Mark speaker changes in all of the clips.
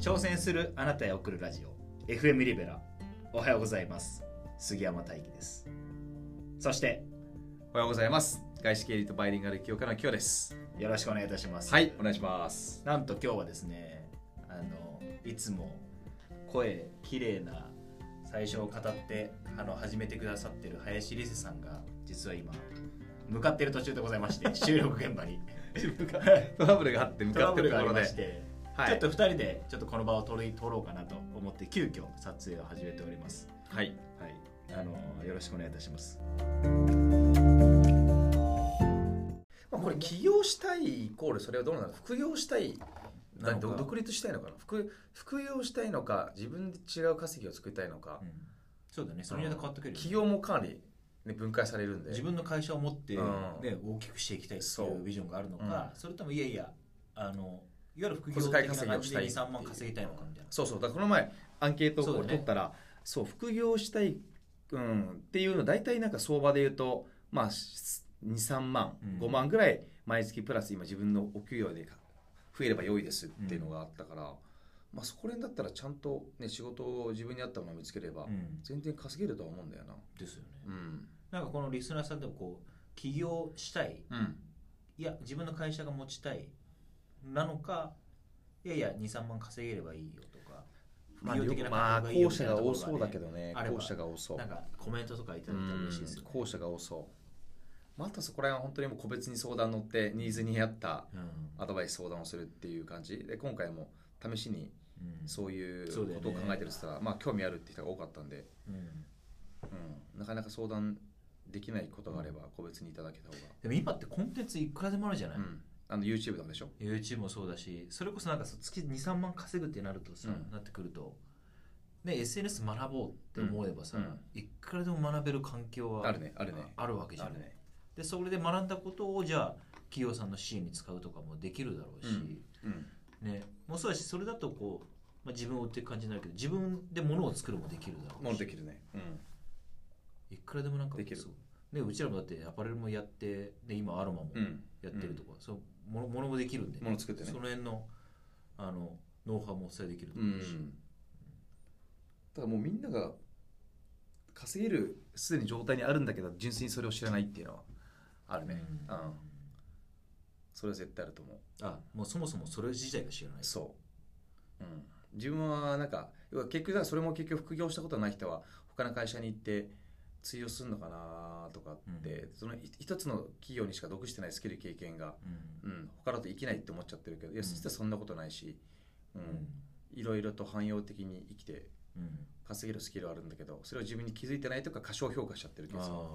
Speaker 1: 挑戦するあなたへ送るラジオ FM リベラおはようございます杉山大輝ですそして
Speaker 2: おはようございます。外資系リートバイリンガル教科の今日です。
Speaker 1: よろしくお願いいたします
Speaker 2: はい、お願いします。
Speaker 1: なんと今日はですねあのいつも声綺麗な最初を語ってあの始めてくださってる林理瀬さんが実は今向かっている途中でございまして収録現場 に
Speaker 2: トラブルがあって向
Speaker 1: ト
Speaker 2: か
Speaker 1: ラ
Speaker 2: っ
Speaker 1: ブ
Speaker 2: て
Speaker 1: ル
Speaker 2: る
Speaker 1: があり
Speaker 2: ところ
Speaker 1: ま
Speaker 2: で、
Speaker 1: して、
Speaker 2: は
Speaker 1: ちょっ
Speaker 2: い、
Speaker 1: と2人でちょっとこの場を撮り撮ろうかなと思って急遽撮影を始めております
Speaker 2: はい、
Speaker 1: はい、あのよろしくお願いいたします。
Speaker 3: まあ、これ起業したいイコールそれはどうなの副業したいな
Speaker 1: な
Speaker 3: の
Speaker 1: のか
Speaker 3: か独立したいのかな副副業したいのか自分で違う稼ぎを作りたいのか、
Speaker 1: そうだね、それによって変わってくるよね、
Speaker 3: 起業もかなり、ね、分解されるんで
Speaker 1: 自分の会社を持って、ね
Speaker 3: うん
Speaker 1: 大きくしていきたいって
Speaker 3: そ
Speaker 1: いう
Speaker 3: う
Speaker 1: ビジョンがあるのか、それともいやいやあのいわゆる副業
Speaker 3: 小
Speaker 1: 的
Speaker 3: 遣い
Speaker 1: な
Speaker 3: 稼ぎ
Speaker 1: 感
Speaker 3: を
Speaker 1: じ
Speaker 3: し
Speaker 1: で
Speaker 3: たい
Speaker 1: 2、3万稼ぎたいのかみたいな。
Speaker 2: そうそう、だからこの前アンケートを
Speaker 1: そう
Speaker 2: こ
Speaker 1: だ
Speaker 2: う
Speaker 1: ね
Speaker 2: 取ったら、そう,、副業したい、うんっていうの大体なんか相場で言うと、まあし2、3万
Speaker 1: う、ん
Speaker 2: 5万ぐらい毎月プラス今自分のお給料で増えれば良いですっていうのがあったから、まあそこら辺だったらちゃんとね仕事を自分に合ったものを見つければ、
Speaker 1: うん
Speaker 2: 全然稼げるとは思うんだよな。
Speaker 1: ですよね、
Speaker 2: うん。
Speaker 1: なんかこのリスナーさんでもこう起業したい
Speaker 2: うん。
Speaker 1: いや自分の会社が持ちたいなのかいやいや23万稼げればいいよとか
Speaker 2: まあ、
Speaker 1: 副業的な
Speaker 2: まあ
Speaker 1: 感覚がいいよ
Speaker 2: 後
Speaker 1: みた
Speaker 2: 者
Speaker 1: いな
Speaker 2: が
Speaker 1: とこ
Speaker 2: 多
Speaker 1: ろがね
Speaker 2: そうだけどね
Speaker 1: あれば
Speaker 2: 後者が多そう
Speaker 1: なんかコメントとかいただいたら嬉しいですよね。
Speaker 2: 後者が多そう、まあ、あとそこら辺は本当にもう個別に相談乗ってニーズに合った
Speaker 1: うん
Speaker 2: アドバイス相談をするっていう感じで今回も試しに
Speaker 1: うん
Speaker 2: そういう
Speaker 1: そうだよ
Speaker 2: こ
Speaker 1: ね
Speaker 2: とを考えてるって言ったら、まあ興味あるって人が多かったんで、
Speaker 1: うん
Speaker 2: うん、なかなか相談できないことがあれば個別にいただけた方が、
Speaker 1: でも今ってコンテンツいくらでもあるじゃない、
Speaker 2: うん、あの YouTube とかでしょ
Speaker 1: YouTube もそうだしそれこそなんかそう月23万稼ぐってなるとさ、
Speaker 2: うん
Speaker 1: なってくるとで SNS 学ぼうって思えばさ、
Speaker 2: うんうん
Speaker 1: いくらでも学べる環境は
Speaker 2: あるねあるね
Speaker 1: ああるわけじゃ
Speaker 2: あ
Speaker 1: ん、
Speaker 2: るね
Speaker 1: でそれで学んだことをじゃあ企業さんの支援に使うとかもできるだろうし、
Speaker 2: うん
Speaker 1: ねもうそうだしそれだとこう、まあ、自分を追っていく感じになるけど自分で物を作るもできるだろうし
Speaker 2: もうできるねうん
Speaker 1: いくらでもなんか
Speaker 2: できる
Speaker 1: そうねうちらもだってアパレルもやってで今アロマも
Speaker 2: うん
Speaker 1: やってるとか、そうものものもできるんで、
Speaker 2: もの作ってね
Speaker 1: その辺のあのノウハウもお伝えできると
Speaker 2: う
Speaker 1: 思うし、
Speaker 2: ん、ただもうみんなが稼げるすでに状態にあるんだけど純粋にそれを知らないっていうのはあるね、
Speaker 1: う
Speaker 2: うんんそれは絶対あると思う
Speaker 1: あもうそもそもそれ自体が知らない
Speaker 2: そう、うん、自分はなんか要は結局だからそれも結局副業したことない人は他の会社に行って通用するのかなとかって、その一一つの企業にしか属してないスキル経験が、
Speaker 1: うん
Speaker 2: うん、他だと生きないって思っちゃってるけどいや実はそんなことないし、う、
Speaker 1: うん
Speaker 2: いろいろと汎用的に生きて
Speaker 1: んうん
Speaker 2: 稼げるスキルはあるんだけどそれを自分に気づいてないとか過小評価しちゃってるケー
Speaker 1: あ
Speaker 2: ス
Speaker 1: あ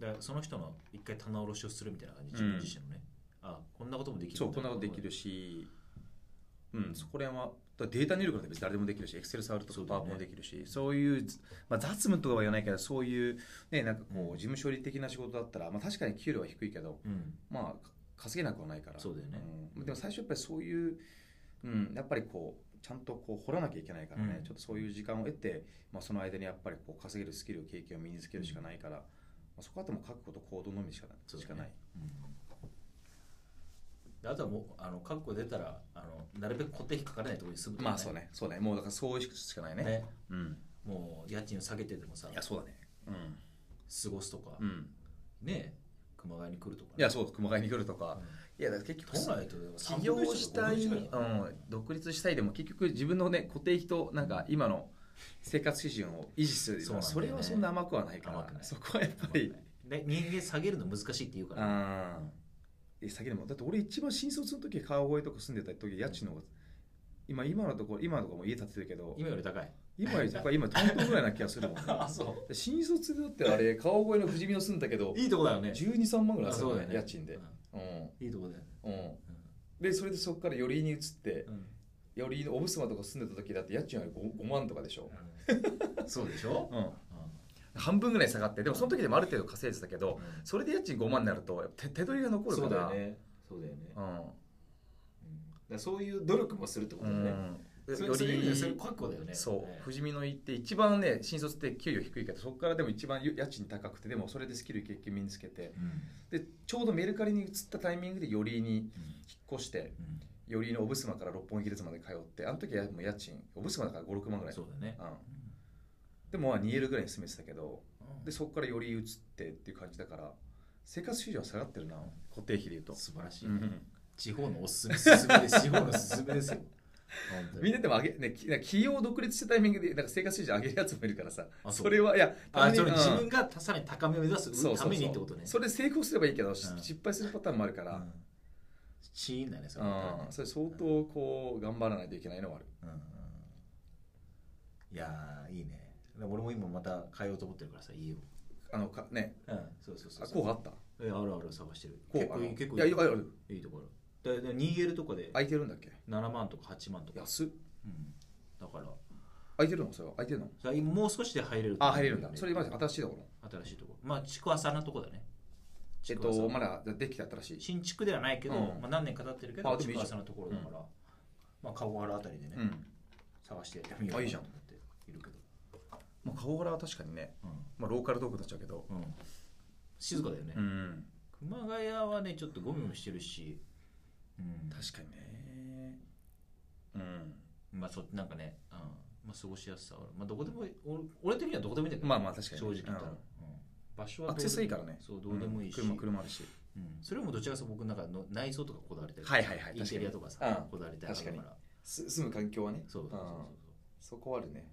Speaker 1: だからその人の一回棚卸しをするみたいな感じ
Speaker 2: うん
Speaker 1: 自分自身のね、あこんなこともできる
Speaker 2: そうこんなことできる
Speaker 1: し
Speaker 2: し、うん、そこら辺はだからデータ入力なんて別に誰でもできるしエクセル触るとか
Speaker 1: そうだ
Speaker 2: パ
Speaker 1: よ
Speaker 2: ワ
Speaker 1: ね
Speaker 2: ポもできるしそう,、いう、まあ、雑務とかは言わないけどそういう、ね、なんかこう事務処理的な仕事だったら、まあ、確かに給料は低いけど、
Speaker 1: うん
Speaker 2: まあ、か稼げなくはないから
Speaker 1: そうだよね
Speaker 2: うんでも最初やっぱりそういう、うん、やっぱりこうちゃんとこう掘らなきゃいけないからね、
Speaker 1: うん
Speaker 2: ちょっとそういう時間を得て、まあ、その間にやっぱりこう稼げるスキル経験を身につけるしかないから、まあ、そこはでも書くこと行動のみしかない
Speaker 1: そう
Speaker 2: し
Speaker 1: だね
Speaker 2: かない。
Speaker 1: であとはもうあの各校出たらあのなるべく固定費かからないところに住むとか
Speaker 2: まあそうね、そうね、もうだからそういうしかないね。
Speaker 1: ね
Speaker 2: うん。
Speaker 1: もう家賃を下げてでもさ
Speaker 2: いや、そうだね。うん。
Speaker 1: 過ごすとか、
Speaker 2: うん。
Speaker 1: ね熊谷に来るとかね、
Speaker 2: いや、そう、熊谷に来るとか。
Speaker 1: うん
Speaker 2: いや、だから結
Speaker 1: 都
Speaker 2: 局、
Speaker 1: 内とでも
Speaker 2: 起業したい、
Speaker 1: 3
Speaker 2: う
Speaker 1: 分の一ぐらい
Speaker 2: ん、独立したいでも、結局自分のね、固定費と、なんか今の生活基準を維持する
Speaker 1: そうなんだよね
Speaker 2: それはそんな甘くはないから、
Speaker 1: 甘くない
Speaker 2: そこはやっぱり、
Speaker 1: ね人間下げるの難しいって言うから、
Speaker 2: ああ。先でも、だって俺一番新卒の時、川越とか住んでた時、家賃の方が、今、今のところ、今のところも家建ててるけど、
Speaker 1: 今より高い
Speaker 2: 今より高い、今、トントンぐらいな気がするも んね。
Speaker 1: そ
Speaker 2: で新卒だってあれ川越の富士見の住んだけど
Speaker 1: ういいとこだよね
Speaker 2: 1 2 3万ぐらい
Speaker 1: あ
Speaker 2: す
Speaker 1: そう
Speaker 2: る
Speaker 1: だ
Speaker 2: ね
Speaker 1: よね
Speaker 2: 家賃で、うん
Speaker 1: いいとこだよね、
Speaker 2: うん、でそれでそこから寄りに移って
Speaker 1: うんうん
Speaker 2: 寄りの小布施とか住んでた時だって家賃は 5, 万とかでしょ、
Speaker 1: そうでしょ、
Speaker 2: うん、
Speaker 1: う
Speaker 2: 半分ぐらい下がってでもその時でもある程度稼いでたけど
Speaker 1: ん
Speaker 2: それで家賃5万になるとやっぱ手手取りが残るから
Speaker 1: ねそうだよね、
Speaker 2: うん
Speaker 1: うんだからそういう努力もするってこ
Speaker 2: う
Speaker 1: とだよね、
Speaker 2: ん
Speaker 1: それ
Speaker 2: よ
Speaker 1: それいいね
Speaker 2: り
Speaker 1: それ確固だよね
Speaker 2: そう、
Speaker 1: ね
Speaker 2: 富士見の行って一番ね新卒って給料低いけどそこからでも一番家家賃高くてでもそれでスキル結局身につけて
Speaker 1: うん
Speaker 2: でちょうどメルカリに移ったタイミングで寄りに引
Speaker 1: うん
Speaker 2: っ越して
Speaker 1: うん
Speaker 2: 寄りの小布島から六本木ヒルズまで通ってあの時はもう家賃小布島だから56万ぐらい
Speaker 1: そうだね
Speaker 2: う、ん、でもまあ 2L ぐらいに住めてたけど
Speaker 1: うん
Speaker 2: でそこから寄り移ってっていう感じだから生活費用は下がってるな固定費で言うと、
Speaker 1: 素晴らしい、
Speaker 2: うん、
Speaker 1: 地方のおすすめすすめです地方のすすめですよ本当に
Speaker 2: みんなでも上げ、ね、きなんか企業を独立したタイミングでなんか生活水準上げるやつもいるからさ
Speaker 1: あ
Speaker 2: そ
Speaker 1: そう
Speaker 2: れはいやたま
Speaker 1: あ
Speaker 2: に
Speaker 1: それ
Speaker 2: うん
Speaker 1: 自分がさらに高みを目指
Speaker 2: そうそ
Speaker 1: す
Speaker 2: うそ
Speaker 1: た
Speaker 2: う
Speaker 1: めにってことね
Speaker 2: それで成功すればいいけど、し
Speaker 1: うん
Speaker 2: 失敗するパターンもあるか
Speaker 1: う
Speaker 2: ら、
Speaker 1: ん死因だねそれ
Speaker 2: うん
Speaker 1: はね
Speaker 2: それ相当こう頑張らないといけないのもある、
Speaker 1: うんうんいやーいいねでも俺も今また変えようと思ってるからさ家を
Speaker 2: あのかね
Speaker 1: うんそうそうそう
Speaker 2: あ候補あった
Speaker 1: えあるある探してる
Speaker 2: 候
Speaker 1: 結
Speaker 2: 補あ
Speaker 1: 構
Speaker 2: の
Speaker 1: いい結構
Speaker 2: いや
Speaker 1: い
Speaker 2: い
Speaker 1: い
Speaker 2: やいやいや
Speaker 1: いいところでで 2L とかで
Speaker 2: 空いてるんだっけ
Speaker 1: 7万とか8万とか、
Speaker 2: 安っ
Speaker 1: うん、だから
Speaker 2: 空いてるのそれは空いてるの
Speaker 1: さ今もう少しで入れる
Speaker 2: あ入れるんだ
Speaker 1: ね
Speaker 2: それ今まで新しいところ
Speaker 1: 新しいところまあ築浅なとこだね
Speaker 2: えっ
Speaker 1: 築浅
Speaker 2: とまだできた新しい
Speaker 1: 新築ではないけど、
Speaker 2: うん
Speaker 1: まあ、何年か経ってるけど
Speaker 2: あでもいい
Speaker 1: 築
Speaker 2: じ
Speaker 1: 浅
Speaker 2: ゃん
Speaker 1: なところだから、まあ籠原あたりでね、
Speaker 2: うん
Speaker 1: 探してみようかなと思っているけど
Speaker 2: まあ、顔柄は確かにね、まあ、ローカルトークになっちゃうけど、
Speaker 1: うん、うん、静かだよね、
Speaker 2: ん、
Speaker 1: 熊谷はねちょっとゴミもしてるし、うん
Speaker 2: 確かにねうん
Speaker 1: まあそなんかね、うんまあ、過ごしやすさはある、まあ、どこでもいい俺俺的にはどこでもいいんだけど、
Speaker 2: まあまあ確かに
Speaker 1: 正直言ったら、
Speaker 2: うん
Speaker 1: うん場所は
Speaker 2: ア
Speaker 1: どうでも
Speaker 2: クセスいいからね
Speaker 1: そうどうでもいいし、
Speaker 2: うん車車あるし
Speaker 1: うんそれもどちらかというと僕の中の内装とかこだわりたい、
Speaker 2: はいはいはい
Speaker 1: インテリアとかさ、
Speaker 2: うん
Speaker 1: こだわりたい派だから
Speaker 2: す住む環境はね
Speaker 1: そうそうそうそう
Speaker 2: そこはあるね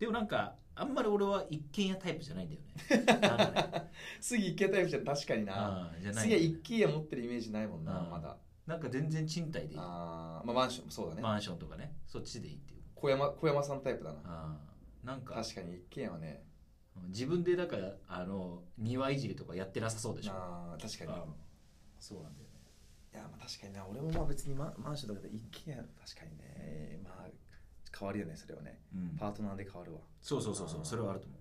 Speaker 1: でもなんかあんまり俺は一軒家タイプじゃないんだよね なんかね
Speaker 2: すぐ一軒タイプじゃ確かにな
Speaker 1: あーじゃな
Speaker 2: すげえ
Speaker 1: い
Speaker 2: 一軒家持ってるイメージないもんな
Speaker 1: うん
Speaker 2: まだ
Speaker 1: なんか全然賃貸でいい
Speaker 2: あーまあマンションもそうだね
Speaker 1: マンションとかねそっちでいいっていう
Speaker 2: 小山小山さんタイプだな
Speaker 1: あーなんか
Speaker 2: 確かに一軒家はね
Speaker 1: 自分でだからあの庭いじりとかやってなさそうでしょ
Speaker 2: あー確かに
Speaker 1: うんそうなんだよね
Speaker 2: いやまあ確かにな俺もまあ別にマンマンションとかで一軒家確かにねまあ変わるよねそれはね
Speaker 1: うん
Speaker 2: パートナーで変わるわ
Speaker 1: そうそうそうそ
Speaker 2: あー
Speaker 1: うそれはあると思う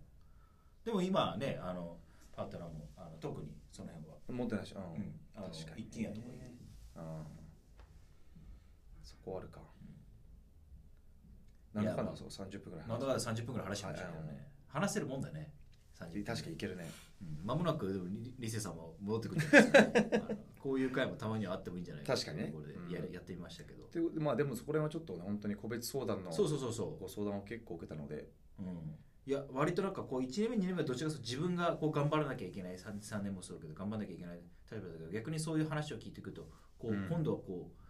Speaker 1: でも今ねあのパートナーもあの特にその辺は、
Speaker 2: 持ってないしうん、
Speaker 1: うんあの
Speaker 2: 確かにね
Speaker 1: 一軒家とかいいね
Speaker 2: うんそこあるかなんだかんだそう30分ぐらい
Speaker 1: まだまだ30分ぐらい話しましたけど
Speaker 2: はいはい
Speaker 1: ね話せるもんだね30分
Speaker 2: 確かにいけるね
Speaker 1: うんまもなくでもリリセさんも戻ってくるんじゃないですかね、あ のこういう回もたまにはあってもいいんじゃない
Speaker 2: 確かにね
Speaker 1: というところでや,、
Speaker 2: うん
Speaker 1: やってみましたけど
Speaker 2: ということでまあでもそこら辺はちょっとね本当に個別相談の
Speaker 1: そうそうそうそ
Speaker 2: ご相談を結構受けたので
Speaker 1: う、うん、いや割となんかこう1年目2年目はどっちらかというと自分がこう頑張らなきゃいけない 3, 3年もそうだけど頑張らなきゃいけないタイプだけど逆にそういう話を聞いていくとこう、
Speaker 2: うん
Speaker 1: 今度はこう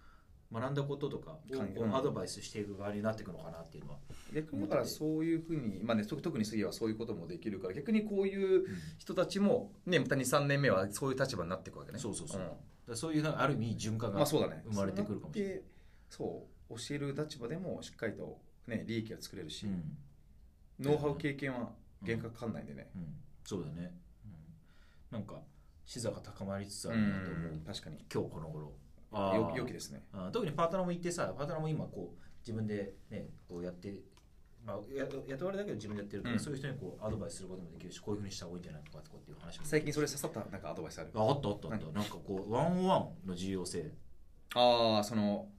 Speaker 1: 学んだこととかを
Speaker 2: 考え
Speaker 1: こ
Speaker 2: う
Speaker 1: うんアドバイスしていく側になっていくのかなっていうのは、
Speaker 2: 逆にだからそういうふうにまあね特特に杉はそういうこともできるから逆にこういう人たちもねまた23年目はそういう立場になっていくわけね
Speaker 1: そうそうそう、
Speaker 2: ん
Speaker 1: だからそういうなんかある意味循環
Speaker 2: ま
Speaker 1: が
Speaker 2: あそうだね
Speaker 1: 生まれてくるかもしれない
Speaker 2: そうってそう教える立場でもしっかりとね利益が作れるし、
Speaker 1: うん
Speaker 2: ノウハウ経験は
Speaker 1: うん
Speaker 2: 厳格かんないんでね、
Speaker 1: うん、そうだね、うん、なんか視座が高まりつつあ
Speaker 2: う
Speaker 1: るなと思う、
Speaker 2: ん確かに
Speaker 1: 今日この頃
Speaker 2: よ
Speaker 1: ー
Speaker 2: 良きですね
Speaker 1: あー特にパートナーも行ってさパートナーも今こう自分でねこうやってまあや雇われだけど自分でやってるから、
Speaker 2: うん
Speaker 1: そういう人にこうアドバイスすることもできるしこういうふうにした方がいいんじゃないかとかっていう話も
Speaker 2: 最近そ
Speaker 1: れ
Speaker 2: れ刺さったなんかアドバイスある
Speaker 1: ああったあったあったなんかこうワンオンワンの重要性
Speaker 2: ああその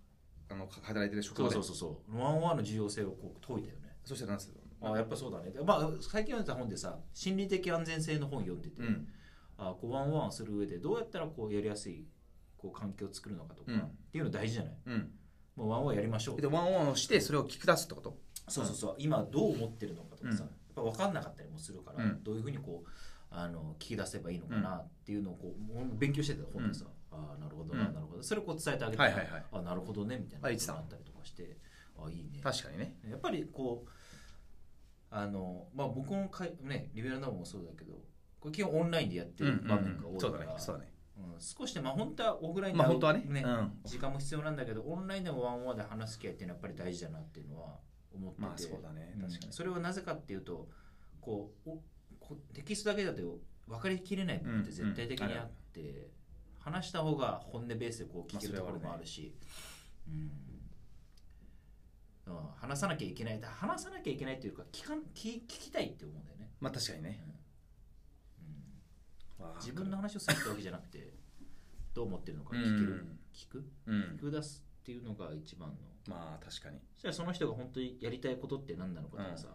Speaker 2: あのか働いてる職
Speaker 1: そ
Speaker 2: 場
Speaker 1: う
Speaker 2: で
Speaker 1: そうそうそうワンオンワンの重要性をこう解いたよね
Speaker 2: そしたら何する
Speaker 1: あーやっぱそうだねでまあ最近読んでた本でさ心理的安全性の本読んでて、
Speaker 2: うん
Speaker 1: あこうワンオンワンする上でどうやったらこうやりやすいこう環境を作るのかとか、
Speaker 2: うん
Speaker 1: っていうの大事じゃない
Speaker 2: うん
Speaker 1: もうワンオンワンやりましょう
Speaker 2: でワンオンをしてそれを聞き出すってこと
Speaker 1: そうそうそう今どう思ってるのかとかさ、
Speaker 2: うん
Speaker 1: やっぱ分かんなかったりもするから、
Speaker 2: うん
Speaker 1: どういうふうにこうあの聞き出せばいいのかなっていうのをこう俺も勉強してた本でさ、ああなるほどな、
Speaker 2: うん
Speaker 1: なるほどそれをこう伝えてあげて、
Speaker 2: はいはいはい
Speaker 1: あなるほどねみたいな
Speaker 2: あい
Speaker 1: こ
Speaker 2: つ
Speaker 1: と
Speaker 2: さん
Speaker 1: になったりとかしてあいいね
Speaker 2: 確かにね
Speaker 1: やっぱりこうあのまあ僕もかいねリベラルナブもそうだけどこれ基本オンラインでやってる場面が多い
Speaker 2: そう
Speaker 1: か
Speaker 2: だね
Speaker 1: ら、
Speaker 2: そうだね
Speaker 1: うん少しね、まあ、本当はオフラインで
Speaker 2: まあ本当はね
Speaker 1: ね
Speaker 2: うん
Speaker 1: 時間も必要なんだけどオンラインでもワンオンワンで話す機会っていうのはやっぱり大事だなっていうのは思ってて、
Speaker 2: まあそうだね
Speaker 1: うん
Speaker 2: 確かに
Speaker 1: それはなぜかっていうとこうおこうテキストだけだと分かりきれない部分って絶対的にあって、話した方が本音ベースでこう聞けるところもあるし、うんうん話さなきゃいけない話さなきゃいけないというか聞かん聞聞きたいって思うんだよね、
Speaker 2: まあ確かにね
Speaker 1: うんうん自分の話をするってわけじゃなくてどう思ってるのか
Speaker 2: うん
Speaker 1: 聞ける、聞く
Speaker 2: うん
Speaker 1: 聞く出すっていうのが一番の
Speaker 2: まあ確かに
Speaker 1: そしたらその人が本当にやりたいことって何なのかとかさ、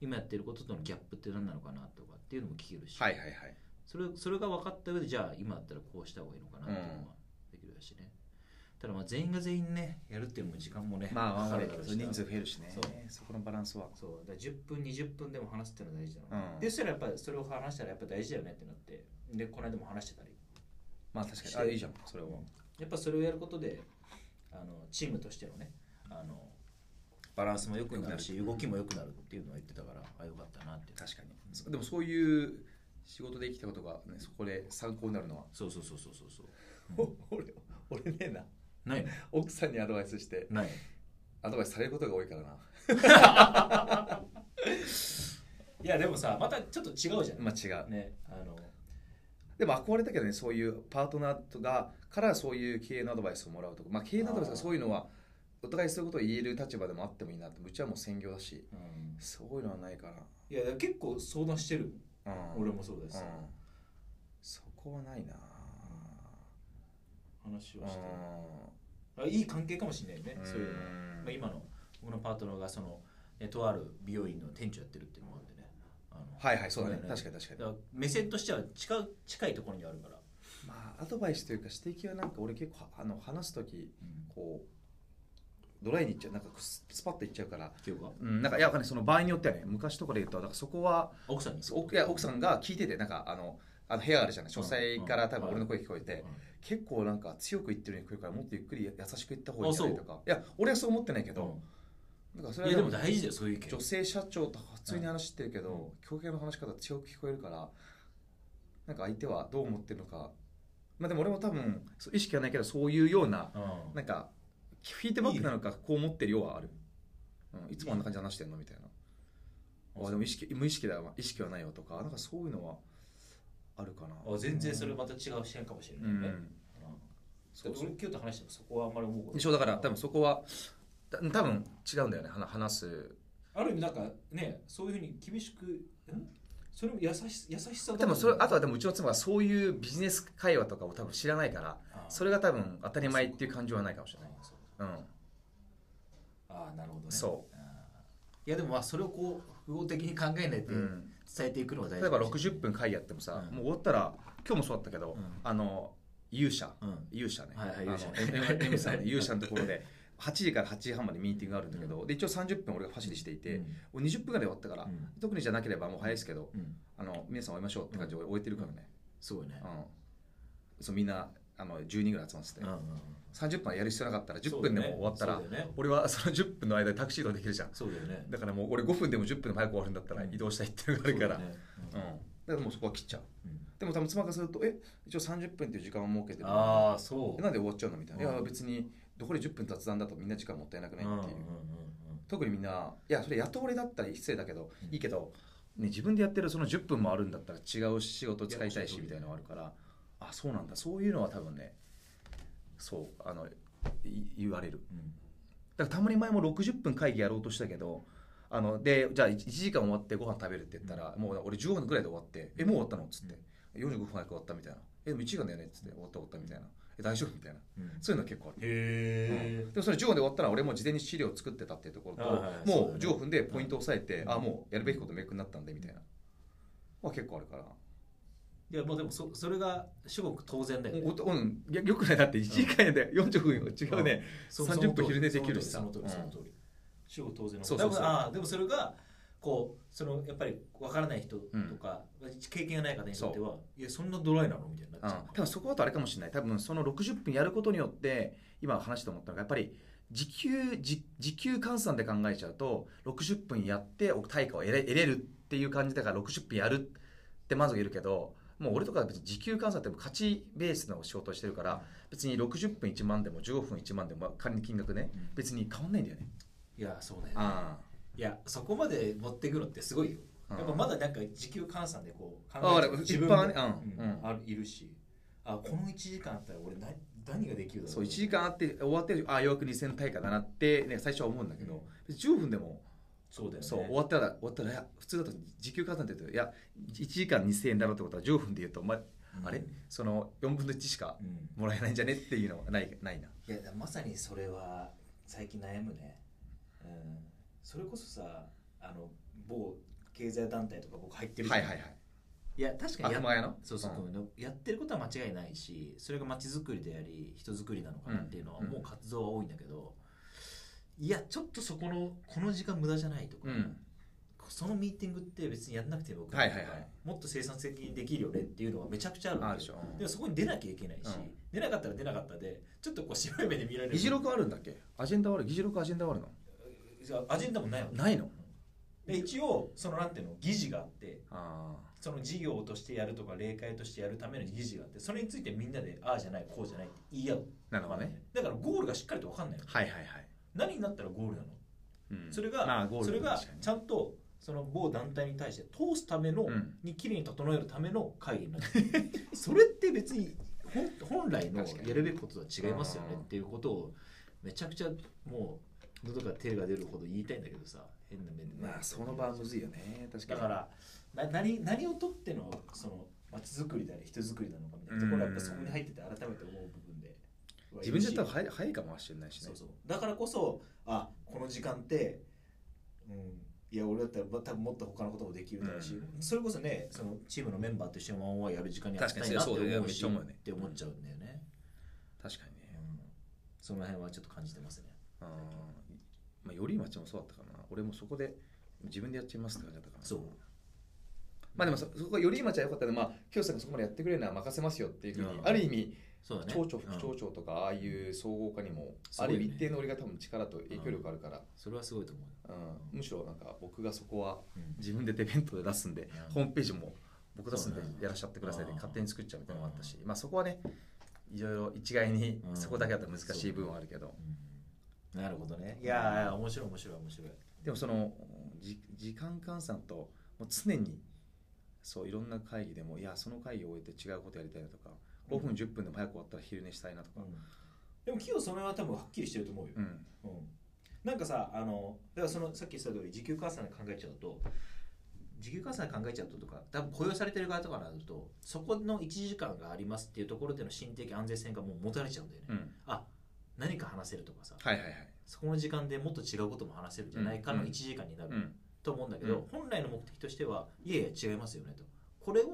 Speaker 1: 今やってることとのギャップって何なのかなとかっていうのも聞けるし、
Speaker 2: はいはいはい
Speaker 1: それそれが分かった上でじゃあ今だったらこうした方がいいのかなっていうのはできるしね、ただまあ全員が全員ねやるっていうのも時間もね
Speaker 2: まあまあ
Speaker 1: か
Speaker 2: ま
Speaker 1: か
Speaker 2: あ
Speaker 1: るだろうしな
Speaker 2: 人数増えるしね
Speaker 1: そ
Speaker 2: そうこのバランスは
Speaker 1: そうだから10分20分でも話すっていうのは大事だな、
Speaker 2: うん
Speaker 1: でそしたらやっぱりそれを話したらやっぱ大事だよねってなってでこの間も話してたり
Speaker 2: まあ確かにあいいじゃんそれは
Speaker 1: やっぱそれをやることであのチームとしてのねあのバランスも良くなるし動きも良くなるっていうのは言ってたからあよかったなって
Speaker 2: 確かにそでもそういう仕事で生きたことが、ね、そこで参考になるのは
Speaker 1: そうそうそうそうそうそう
Speaker 2: 俺俺ねえな
Speaker 1: ないの
Speaker 2: 奥さんにアドバイスして
Speaker 1: ない
Speaker 2: アドバイスされることが多いからな、
Speaker 1: いやでもさまたちょっと違うじゃん、
Speaker 2: まあ、違う
Speaker 1: ねあの
Speaker 2: でも憧れたけどねそういうパートナーとかからそういう経営のアドバイスをもらうとか、まあ、経営のアドバイス
Speaker 1: あ
Speaker 2: は
Speaker 1: ー
Speaker 2: そういうのはお互いそういうことを言える立場でもあってもいいなってうちはもう専業だし
Speaker 1: うん
Speaker 2: そういうのはないか
Speaker 1: いや結構相談してる
Speaker 2: ら、うん、
Speaker 1: 俺
Speaker 2: も
Speaker 1: もそうです、
Speaker 2: そこはないな
Speaker 1: 話
Speaker 2: うん
Speaker 1: をしてあいい関係かもしれないねそういうのはまあ、今の僕のパートナーがそのえとある美容院の店長やってるっていうのもあってねあの
Speaker 2: はいはいそうだね
Speaker 1: そうだよね
Speaker 2: 確かに確かに
Speaker 1: だから目線としては近い近いところにあるから、
Speaker 2: まあアドバイスというか指摘はなんか俺結構あの話す時こうドライにいっちゃうなんかススパッといっちゃうから、
Speaker 1: 今日が
Speaker 2: うん、なんかいやわかんないその場合によってはね昔とかで言うとだからそこは
Speaker 1: 奥さんに
Speaker 2: そう奥いや奥さんが聞いててなんかあのあの部屋あるじゃない書斎から多分俺の声聞こえて結構なんか強く言ってるように聞こえるからもっとゆっくり優しく言った方がいいんじゃないとかいや俺はそう思ってないけ
Speaker 1: う
Speaker 2: ど、なんかそ
Speaker 1: ん、い
Speaker 2: れ
Speaker 1: や
Speaker 2: は
Speaker 1: でも大事だよそういう意見
Speaker 2: 女性社長と普通に話してるけ
Speaker 1: う
Speaker 2: ど狂犬の話し方強く聞こえるからなんか相手はどう思ってるのかまあでも俺も多分そう意識はないけどそういうような
Speaker 1: うん
Speaker 2: なんかフィードバックなのかこう思ってるようはある、うん、いつもあんな感じで話してんのみたいなあでも意識無意識だよ意識はないよとかなんかそういうのはあるかな
Speaker 1: あ全然それまた違う視点かもしれ
Speaker 2: う
Speaker 1: ないね、
Speaker 2: ん
Speaker 1: そ
Speaker 2: そうう
Speaker 1: そ
Speaker 2: そうう
Speaker 1: 俺今日と話してもそこはあんまり思うこと
Speaker 2: でしょだから多分そこはた多分違うんだよね話話す
Speaker 1: ある意味なんかねそういうふうに厳しくんそれも優し優しさだ
Speaker 2: でもそれあとはでもうちの妻はそういうビジネス会話とかを多分知らないから
Speaker 1: あ
Speaker 2: それが多分当たり前っていう感情はないかもしれない。
Speaker 1: あそう
Speaker 2: うん、
Speaker 1: ああなるほどね
Speaker 2: そ
Speaker 1: あーいやでもまあそれをこう複合的に考えないで
Speaker 2: う、うん、
Speaker 1: 伝えていくのが大
Speaker 2: 例
Speaker 1: 事
Speaker 2: えば
Speaker 1: かもしれ
Speaker 2: 60分会やってもさ、
Speaker 1: うん
Speaker 2: もう終わったら今日もそうだったけど、
Speaker 1: うん
Speaker 2: あの勇者
Speaker 1: ないうん
Speaker 2: 勇者ね、
Speaker 1: はいはい
Speaker 2: あの
Speaker 1: 勇者
Speaker 2: M- M さんの勇者のところで8時から8時半までミーティングがあるんだけど、で一応30分俺がファシリしていて、もう20分ぐらいで終わったから、
Speaker 1: うん
Speaker 2: 特にじゃなければもう早いですけど
Speaker 1: うん
Speaker 2: あの皆さん終えましょうって感じで終えてるからね、
Speaker 1: すごいね
Speaker 2: うんそうみんなあの10人ぐらい集まってて、
Speaker 1: うんうん
Speaker 2: 30分やる必要なかったら10分でも終わったら、
Speaker 1: そうだよね
Speaker 2: 俺はその10分の間でタクシー移動できるじゃん
Speaker 1: そうだよ ね
Speaker 2: だからもう俺5分でも10分でも早く終わるんだったら
Speaker 1: うん
Speaker 2: 移動したいっていうのがあるから、
Speaker 1: そうだよね
Speaker 2: うん、だからもうそこは切っちゃう
Speaker 1: うん
Speaker 2: でも多分妻がするとえ一応30分っていう時間を設けてるの
Speaker 1: ああそ
Speaker 2: に
Speaker 1: う
Speaker 2: なんで終わっちゃうのみたいな、
Speaker 1: うん
Speaker 2: いや別にどこで10分雑談だとみんな時間もったいなくないっていう、
Speaker 1: うんうんうんうん
Speaker 2: 特にみんないやそれ雇われだったら失礼だけど、
Speaker 1: うん
Speaker 2: いいけど、ね、自分でやってるその10分もあるんだったら違う仕事使いたいしみたいなのがあるからあそうなんだそういうのは多分ねそうあのい言われる
Speaker 1: うん
Speaker 2: だからたまに前も60分会議やろうとしたけどあのでじゃあ1時間終わってご飯食べるって言ったら、もう俺15分くらいで終わって「えもう終わったの?」っつって「45分早く終わった」みたいな「えでも1時間だよね」っつって「終わった終わった」みたいな「え大丈夫?」みたいな
Speaker 1: うん
Speaker 2: そういうの結構ある。
Speaker 1: へえ
Speaker 2: でもそれ15分で終わったら俺も事前に資料を作ってたっていうところと、
Speaker 1: はいはいそう
Speaker 2: も
Speaker 1: だ
Speaker 2: う
Speaker 1: ね
Speaker 2: 15分でポイントを押さえて、
Speaker 1: うん
Speaker 2: あもうやるべきこと明確になったんでみたいな、まあ、結構あるから、
Speaker 1: いやもうでもそそれが至極当然だよね
Speaker 2: おとうん、いやよくないだって1時間で45分よ違うね、
Speaker 1: そう
Speaker 2: 30
Speaker 1: その通り
Speaker 2: 分昼寝できるしさ
Speaker 1: その通りその通りその通り至極当然のこと
Speaker 2: そうそうそ
Speaker 1: 多
Speaker 2: う
Speaker 1: 分ああでもそれがこうそのやっぱり分からない人とか、経験がない方にとってはいやそんなドライなのみたいになっ
Speaker 2: うん
Speaker 1: ちゃうから
Speaker 2: 多分そこだとあれかもしれない多分その60分やることによって今話して思ったのがやっぱり時給時時給換算で考えちゃうと60分やってお対価を得れ得れるっていう感じだから60分やるってまずいるけどもう俺とかは別に時給換算ってもう勝ちベースの仕事をしてるから別に60分1万でも15分1万でもまあ仮に金額ね
Speaker 1: うん
Speaker 2: 別に変わんないんだよね。
Speaker 1: いやそうだよね
Speaker 2: あ
Speaker 1: いやそこまで持ってくのってすごいよ
Speaker 2: あ
Speaker 1: やっぱまだなんか時給換算でこう考
Speaker 2: あ
Speaker 1: え
Speaker 2: あ
Speaker 1: て
Speaker 2: れ
Speaker 1: 自分も
Speaker 2: 一般はねうん
Speaker 1: うん
Speaker 2: うん
Speaker 1: あるいるしあこの1時間あったら俺何何ができるだろ
Speaker 2: そう1時間あって終わってるああようやく2000対価だなって、ね、最初は思うんだけど別に15分でも
Speaker 1: そうだよね
Speaker 2: そう終わったら終わったらいや普通だと時給換算って言うといや1時間2000円だろってことは10分で言うと、まあ、あれその4分の1しか
Speaker 1: うん
Speaker 2: もらえないんじゃねっていうのはないないな。
Speaker 1: いやまさにそれは最近悩むね、うん、それこそさあの某経済団体とか僕入ってるじゃ
Speaker 2: は
Speaker 1: ん
Speaker 2: いはいはい。
Speaker 1: いや確かにや
Speaker 2: あ
Speaker 1: っ
Speaker 2: 熊谷の
Speaker 1: そうそう、
Speaker 2: うん
Speaker 1: ごめんねやってることは間違いないしそれが街づくりであり人づくりなのかなっていうのは
Speaker 2: うん
Speaker 1: もう活動は多いんだけど、いやちょっとそこのこの時間無駄じゃないとか、
Speaker 2: うん。
Speaker 1: そのミーティングって別にやんなくてもよく
Speaker 2: はいはいはい
Speaker 1: もっと生産的にできるよねっていうのはめちゃくちゃあるわ
Speaker 2: あ
Speaker 1: け
Speaker 2: るでしょ。
Speaker 1: でもそこに出なきゃいけないし、
Speaker 2: うん
Speaker 1: 出なかったら出なかったでちょっとこう白い目で見られる
Speaker 2: 議事録あるんだっけアジェンダはある議事録アジェンダはあるの
Speaker 1: じゃあアジェンダもないわけ
Speaker 2: ないの
Speaker 1: で一応そのなんていうの議事があって
Speaker 2: あ
Speaker 1: その事業としてやるとか例会としてやるための議事があってそれについてみんなでああじゃないこうじゃないって言い合う
Speaker 2: あ。なるほどね。
Speaker 1: だからゴールがしっかりと分かんないの
Speaker 2: はいはいはい。
Speaker 1: 何になったらゴールなの、
Speaker 2: うん
Speaker 1: それが、
Speaker 2: まあゴール
Speaker 1: それが
Speaker 2: 確かに
Speaker 1: ちゃんとその某団体に対して通すための、
Speaker 2: うん
Speaker 1: にきれいに整えるための会議になってる それって別に本本来の
Speaker 2: 確かに
Speaker 1: やるべきこととは違いますよね
Speaker 2: うん
Speaker 1: っていうことをめちゃくちゃもう喉から手が出るほど言いたいんだけどさ変な目でね
Speaker 2: まあその場はむずいよね確
Speaker 1: だ
Speaker 2: かに
Speaker 1: からな何何をとってのその街づくりであり人づくりなのかみたいなところはやっぱそこに入ってて改めて思う部分で
Speaker 2: 自分じゃ
Speaker 1: 分
Speaker 2: 多分早い早いかもしれないしね
Speaker 1: そうそうだからこそあこの時間って、うん、いや俺だったら多分もっと他のこともできるだろうし、
Speaker 2: う
Speaker 1: それこそねそのチームのメンバーと一緒にワンオンワンやる時間にあったいなって
Speaker 2: 確かにそうだよ
Speaker 1: 思う
Speaker 2: ねめっ
Speaker 1: し
Speaker 2: ちゃ思うよね
Speaker 1: って思っちゃうんだよね、
Speaker 2: 確かに
Speaker 1: うん
Speaker 2: ね
Speaker 1: その辺はちょっと感じてますね
Speaker 2: うんまあより町もそうだったかな俺もそこで自分でやっちゃいますって感じだったかな
Speaker 1: そう
Speaker 2: まあでもそそこより町は良かったのでまあ清さんがそこまでやってくれるのは任せますよっていうふうに、
Speaker 1: うん
Speaker 2: ある意味
Speaker 1: そうだね
Speaker 2: 町長副
Speaker 1: う
Speaker 2: 町
Speaker 1: ん
Speaker 2: 長とかああいう総合化にも、
Speaker 1: す
Speaker 2: あ
Speaker 1: ごい
Speaker 2: る
Speaker 1: よ
Speaker 2: 意
Speaker 1: ね
Speaker 2: 味一定の俺が多分力と影響力あるから、
Speaker 1: それはすごいと思う、
Speaker 2: うんむしろなんか僕がそこは
Speaker 1: うん
Speaker 2: 自分で手弁当で出すんで、
Speaker 1: うん
Speaker 2: ホームページも僕出すんで
Speaker 1: そうね
Speaker 2: やらしちゃってくださいって
Speaker 1: うん
Speaker 2: 勝手に作っちゃうみたいなのもあったし、まあ、そこはねいろいろ一概に
Speaker 1: うん
Speaker 2: そこだけだと難しい部分はあるけど、
Speaker 1: うんなるほどねいやーいや面白い面白い面白い
Speaker 2: でもそのじ時間換算ともう常にそういろんな会議でもいやその会議を終えて違うことやりたいなとか5分10分でも早く終わったら昼寝したいなとか、
Speaker 1: でも企業その辺は多分はっきりしてると思うよ、
Speaker 2: うん
Speaker 1: うんなんかさあのだからそのさっき言ってた通り時給換算で考えちゃうと時給換算で考えちゃうととか多分雇用されてる側とかになるとそこの1時間がありますっていうところでの心的安全性がもう持たれちゃうんだよね、
Speaker 2: うん
Speaker 1: あ何か話せるとかさ
Speaker 2: はいはいはい、
Speaker 1: そこの時間でもっと違うことも話せるんじゃないか
Speaker 2: う
Speaker 1: の
Speaker 2: ん
Speaker 1: 1時間になる
Speaker 2: うん、
Speaker 1: と思うんだけど、
Speaker 2: うん
Speaker 1: 本来の目的としてはいやいや違いますよねとこれを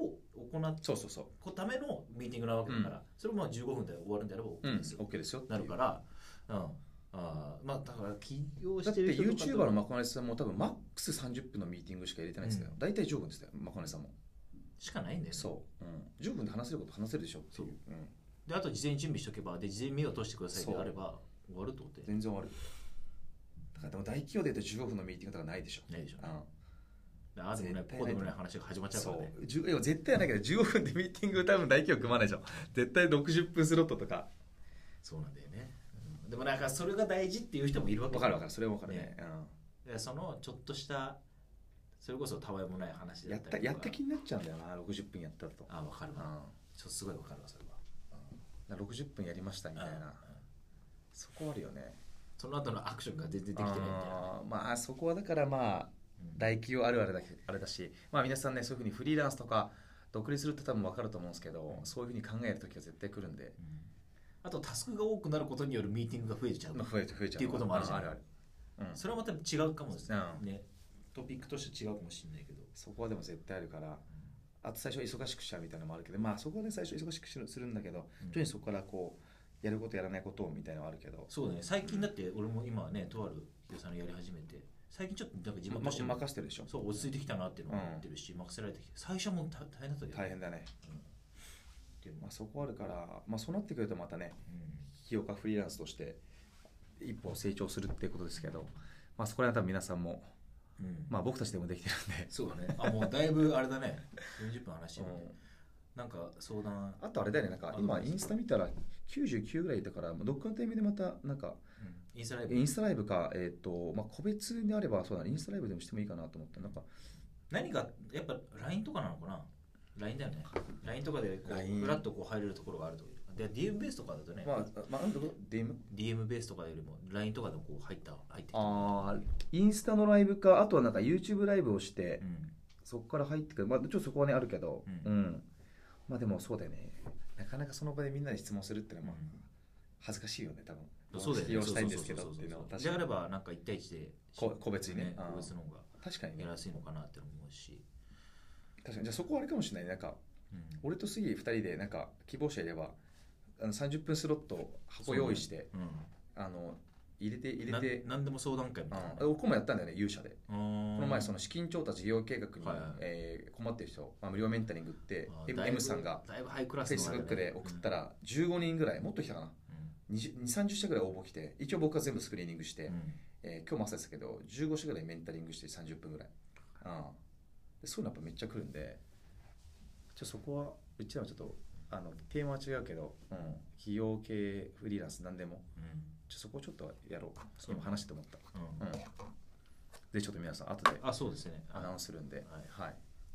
Speaker 1: 行っ
Speaker 2: そうそうそう、
Speaker 1: こうためのミーティングなわけだから、それもまあ15分で終わるんであれば
Speaker 2: う
Speaker 1: OK
Speaker 2: ん、
Speaker 1: ですよ、
Speaker 2: OK ですよってい
Speaker 1: な
Speaker 2: う
Speaker 1: るから、うんあーまあだから起業
Speaker 2: だ
Speaker 1: し
Speaker 2: って
Speaker 1: てる人とかと
Speaker 2: YouTuber のまこねさんも多分マックス30分のミーティングしか入れてないですよ、
Speaker 1: う
Speaker 2: 大体10分ですよまこねさんも
Speaker 1: しかないんだよね
Speaker 2: そう、うん、10分で話せること話せるでしょっていう、うん、
Speaker 1: であと事前準備しとけばで事前目を通してくださいで
Speaker 2: そう
Speaker 1: あれば終わるってことで
Speaker 2: 全然終わるだからでも大企業で言うと15分のミーティングとかないでしょ、
Speaker 1: ないでしょう
Speaker 2: う
Speaker 1: ね
Speaker 2: ん、
Speaker 1: でああでもない
Speaker 2: 絶
Speaker 1: ここで
Speaker 2: 対ない
Speaker 1: もない話が始まっちゃうか
Speaker 2: そ
Speaker 1: ら
Speaker 2: う
Speaker 1: ね
Speaker 2: じゅいや絶対ないけど15分でミーティング多分大企業組まないじゃん絶対60分スロットとか
Speaker 1: そうなんだよね、うんでもなんかそれが大事っていう人もいるわけ
Speaker 2: 分かる分かるそれは分かるね
Speaker 1: ね
Speaker 2: うん
Speaker 1: でそのちょっとしたそれこそたわいもない話だ
Speaker 2: やっ
Speaker 1: った
Speaker 2: た
Speaker 1: りとか
Speaker 2: やった気になっちゃうんだよな60分やったと、
Speaker 1: ああ分かる
Speaker 2: うん、
Speaker 1: わ、
Speaker 2: だか
Speaker 1: ちょっとすごい分かるわそれは
Speaker 2: ら60分やりましたみたい
Speaker 1: うんう
Speaker 2: なんそこあるよね
Speaker 1: その後のアクションが全然できてないみたいなね
Speaker 2: あーまあそこはだからまあ
Speaker 1: うん
Speaker 2: 大企業あるあるだけあれだしまあ皆さんねそういうふうにフリーランスとか独立するって多分分かると思うんですけどそういうふうに考える時は絶対来るんで、
Speaker 1: あとタスクが多くなることによるミーティングが増えちゃう
Speaker 2: まあ、増えて増えちゃう
Speaker 1: っていうこともあるじゃん
Speaker 2: あるある、うん、
Speaker 1: それはまた違うかもですね,、
Speaker 2: うん
Speaker 1: ねトピックとして違うかもしれないけど、
Speaker 2: そこはでも絶対あるからあと最初は忙しくしちゃうみたいなのもあるけどまあそこはね最初忙しくするするんだけど
Speaker 1: うん
Speaker 2: 徐々にそこからこうやることやらないことをみたいなのはあるけど
Speaker 1: そうだね最近だって俺も今はねとある企業さんのやり始めて最近ちょっとなんか自分
Speaker 2: ま
Speaker 1: としても
Speaker 2: 任せてるでしょ
Speaker 1: そう落ち着いてきたなっていうのを思ってるし、任せられてきて最初はもう大大変だったけど、
Speaker 2: 大変だね、
Speaker 1: でも
Speaker 2: まあ、そこあるから、まあ、そうなってくるとまたね起業家フリーランスとして一歩成長するっていうことですけど、まあ、そこら辺は多分皆さんも、
Speaker 1: うんうん
Speaker 2: まあ、僕たちでもできてるんで、
Speaker 1: そうだねあもうだいぶあれだね40分話してるね、
Speaker 2: うん
Speaker 1: なんか相談、
Speaker 2: あとあれだよねなんか今インスタ見たら99ぐらいだからどっかのタイミングでまたなんか
Speaker 1: インスタライブ
Speaker 2: インスタライブか、えっとまあ、個別であればそうだ、ね、インスタライブでもしてもいいかなと思ってなんか
Speaker 1: 何がやっぱ LINE とかなのかな LINE だよね LINE とかでこ
Speaker 2: LINE
Speaker 1: うフラッとこう入れるところがあると思うで DM ベースとかだとね、
Speaker 2: まあ、あまあ、なんだろう DM?
Speaker 1: DM ベースとかよりも LINE とかでもこう入った入ってきた、
Speaker 2: あーインスタのライブかあとはなんか YouTube ライブをして、
Speaker 1: うん
Speaker 2: そこから入ってくるまあちょっとそこはねあるけど
Speaker 1: う
Speaker 2: うん、まあでもそうだよねなかなかその場でみんなで質問するってのはまあ
Speaker 1: うん
Speaker 2: 恥ずかしいよね多分
Speaker 1: そうだよね
Speaker 2: 起用したいんですけどっていうのは
Speaker 1: そうそうそ
Speaker 2: 確
Speaker 1: うそうで
Speaker 2: か
Speaker 1: あ
Speaker 2: に
Speaker 1: ればなんか1対1で
Speaker 2: こ個別にねあー
Speaker 1: 個別の方が
Speaker 2: 確かにね
Speaker 1: やりやすいのかなって思うし、
Speaker 2: 確かにじゃあそこはあれかもしれないねなんか
Speaker 1: うん
Speaker 2: 俺と杉2人でなんか希望者いればあの30分スロット箱用意してあの入れて
Speaker 1: うん、
Speaker 2: 入れ
Speaker 1: な
Speaker 2: て
Speaker 1: 何でも相談会みたいな、
Speaker 2: うん僕もやったんだよね勇者で
Speaker 1: こ
Speaker 2: この
Speaker 1: の
Speaker 2: 前その資金調達事業計画に、
Speaker 1: はいはい
Speaker 2: えー困ってる人、まあ、無料メンタリングって
Speaker 1: あー
Speaker 2: M,
Speaker 1: だいぶ
Speaker 2: M さんが
Speaker 1: だいぶハイクラス
Speaker 2: Facebook で送った、ら15人ぐらいもっと来たかな20 2030社ぐらい応募来て一応僕は全部スクリーニングして、
Speaker 1: うんうん
Speaker 2: えー今日も朝ですけど15社ぐらいメンタリングして30分ぐらい、うん、でそういうのやっぱめっちゃ来るんでちょそこはうちらもちょっとあのテーマは違うけど、うん、企業系フリーランス何でもちょそこをちょっとやろう
Speaker 1: そう
Speaker 2: 今話してて思った、
Speaker 1: うんうん
Speaker 2: うん、でちょっと皆さん後で
Speaker 1: あそうですね
Speaker 2: アナウ
Speaker 1: あ
Speaker 2: ンスするんで、はい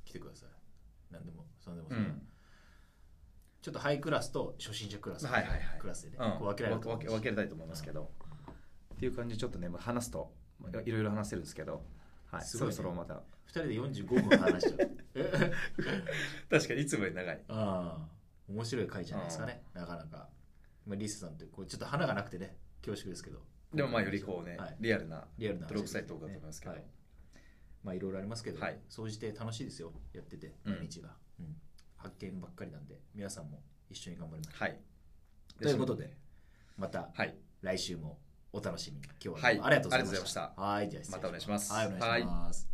Speaker 1: 来てください何でも何でも、
Speaker 2: うん
Speaker 1: ちょっとハイクラスと初心者クラス、
Speaker 2: はいはいはい
Speaker 1: クラスでね、
Speaker 2: うん、
Speaker 1: こう分けられると思う
Speaker 2: 分
Speaker 1: し
Speaker 2: け分けられたいと思いますけど、っていう感じでちょっとねまあ話すとまあいろいろ話せるんですけど、はい
Speaker 1: すご
Speaker 2: そ
Speaker 1: い
Speaker 2: ろ
Speaker 1: ね
Speaker 2: そろまた
Speaker 1: 2人で45分話しちゃうえ
Speaker 2: 確かにいつもより長い
Speaker 1: ああ面白い回じゃないですかね、なかなか、まあ、リスさんってこうちょっと花がなくてね恐縮ですけど
Speaker 2: でもまあよりこうね、
Speaker 1: はい
Speaker 2: リアルな
Speaker 1: リアルな話
Speaker 2: 泥臭いトークだと思いますけど、
Speaker 1: ねはいまあいろいろありますけど、
Speaker 2: はい
Speaker 1: 総じて楽しいですよやってて
Speaker 2: うん
Speaker 1: 毎日が、うん発見ばっかりなんで皆さんも一緒に頑張りましょう、
Speaker 2: はい。
Speaker 1: ということでまた
Speaker 2: はい。
Speaker 1: 来週もお楽しみに今日は、
Speaker 2: はい
Speaker 1: ありがとうございました
Speaker 2: ありがとうございま
Speaker 1: はいじゃあ失礼
Speaker 2: またお願いします
Speaker 1: はいお願いします、